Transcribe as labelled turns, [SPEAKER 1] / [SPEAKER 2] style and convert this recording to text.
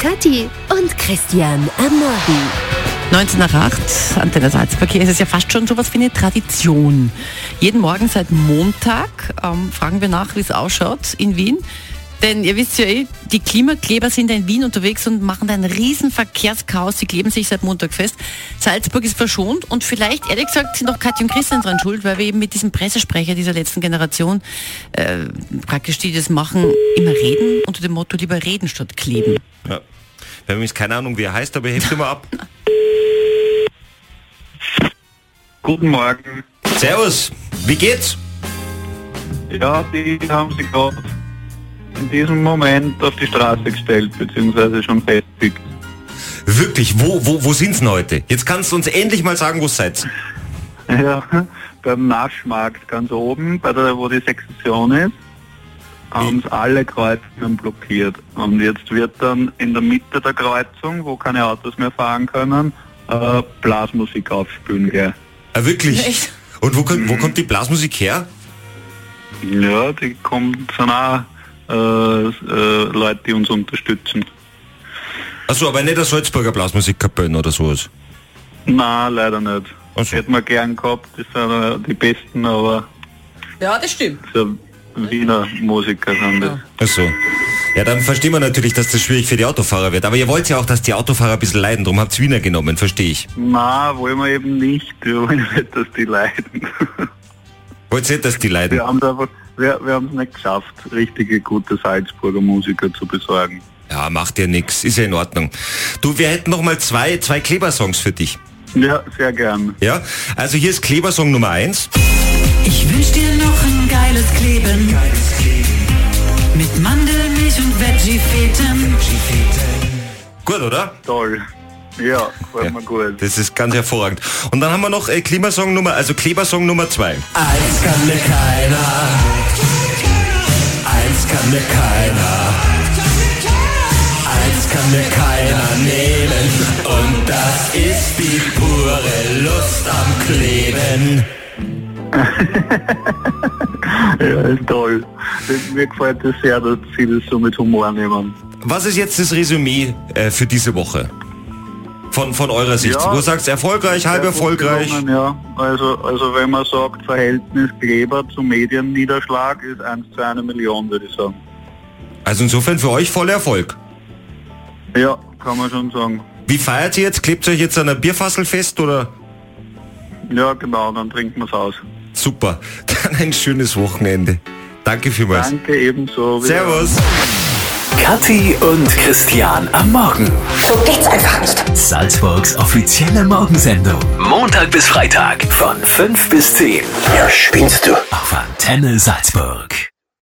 [SPEAKER 1] Kathi und Christian am Morgen.
[SPEAKER 2] 19 nach 8, Antenne Salzverkehr. Es ist ja fast schon sowas wie eine Tradition. Jeden Morgen seit Montag ähm, fragen wir nach, wie es ausschaut in Wien. Denn ihr wisst ja eh, die Klimakleber sind in Wien unterwegs und machen da einen riesen Verkehrschaos. Die kleben sich seit Montag fest. Salzburg ist verschont und vielleicht, ehrlich gesagt, sind auch Katja und Christian dran schuld, weil wir eben mit diesem Pressesprecher dieser letzten Generation äh, praktisch die das machen, immer reden unter dem Motto lieber reden statt kleben.
[SPEAKER 3] Ja. Wir haben übrigens keine Ahnung, wie er heißt, aber er hebt immer ab.
[SPEAKER 4] Guten Morgen.
[SPEAKER 3] Servus, wie geht's?
[SPEAKER 4] Ja, die haben sich gerade in diesem Moment auf die Straße gestellt, beziehungsweise schon festigt.
[SPEAKER 3] Wirklich, wo, wo, wo sind's denn heute? Jetzt kannst du uns endlich mal sagen, wo seid.
[SPEAKER 4] Ja, beim Naschmarkt ganz oben, bei der, wo die Sektion ist, haben sie alle Kreuzungen blockiert. Und jetzt wird dann in der Mitte der Kreuzung, wo keine Autos mehr fahren können, äh, Blasmusik aufspielen, gell?
[SPEAKER 3] Ah, wirklich?
[SPEAKER 2] Echt?
[SPEAKER 3] Und wo kommt, wo kommt die Blasmusik her?
[SPEAKER 4] Ja, die kommen sind auch äh, äh, Leute, die uns unterstützen.
[SPEAKER 3] Achso, aber nicht der Salzburger Blasmusikkapellen oder sowas.
[SPEAKER 4] Na, leider nicht.
[SPEAKER 3] Ach so.
[SPEAKER 4] Hätten wir gern gehabt, das sind äh, die Besten, aber
[SPEAKER 2] Ja, das stimmt.
[SPEAKER 4] so Wiener Musiker sind das.
[SPEAKER 3] Achso. Ja, dann verstehen wir natürlich, dass das schwierig für die Autofahrer wird. Aber ihr wollt ja auch, dass die Autofahrer ein bisschen leiden. Darum habt ihr Wiener genommen, verstehe ich.
[SPEAKER 4] Na, wollen wir eben nicht. Wir wollen nicht, dass die leiden.
[SPEAKER 3] Wollt ihr nicht, dass die leiden?
[SPEAKER 4] Wir haben es einfach, wir, wir haben es nicht geschafft, richtige gute Salzburger Musiker zu besorgen.
[SPEAKER 3] Ja, macht dir nix. Ist ja in Ordnung. Du, wir hätten noch mal zwei, zwei Klebersongs für dich.
[SPEAKER 4] Ja, sehr gern.
[SPEAKER 3] Ja? Also hier ist Klebersong Nummer eins.
[SPEAKER 5] Ich wünsch dir noch ein geiles Kleben. Mit Mandelmilch und Veggie-Feten.
[SPEAKER 3] Gut, oder?
[SPEAKER 4] Toll. Ja, gefällt
[SPEAKER 3] Ja.
[SPEAKER 4] mir gut.
[SPEAKER 3] Das ist ganz hervorragend. Und dann haben wir noch äh, Klimasong Nummer, also Klebersong Nummer zwei.
[SPEAKER 6] Eins kann mir keiner. Eins kann mir keiner. Eins kann mir keiner nehmen. Und das ist die pure Lust am Kleben.
[SPEAKER 4] Ja, ist toll. Das, mir gefällt es sehr, dass sie das so mit Humor nehmen.
[SPEAKER 3] Was ist jetzt das Resümee äh, für diese Woche? Von, von eurer Sicht.
[SPEAKER 4] Ja.
[SPEAKER 3] Wo sagst du erfolgreich, halb
[SPEAKER 4] Sehr gut
[SPEAKER 3] erfolgreich?
[SPEAKER 4] gelungen, Ja, also, also wenn man sagt, Verhältnis Kleber zu Medienniederschlag ist 1 zu 1 Million, würde ich sagen.
[SPEAKER 3] Also insofern für euch voller Erfolg.
[SPEAKER 4] Ja, kann man schon sagen.
[SPEAKER 3] Wie feiert ihr jetzt? Klebt ihr euch jetzt an der Bierfassel fest oder?
[SPEAKER 4] Ja, genau, dann trinken wir es aus.
[SPEAKER 3] Super. Dann ein schönes Wochenende. Danke vielmals.
[SPEAKER 4] Danke ebenso.
[SPEAKER 3] Servus.
[SPEAKER 6] Kathi und Christian am Morgen.
[SPEAKER 7] So geht's einfach nicht.
[SPEAKER 6] Salzburgs offizielle Morgensendung. Montag bis Freitag von 5 bis 10. Ja, spinnst du. Auf Antenne Salzburg.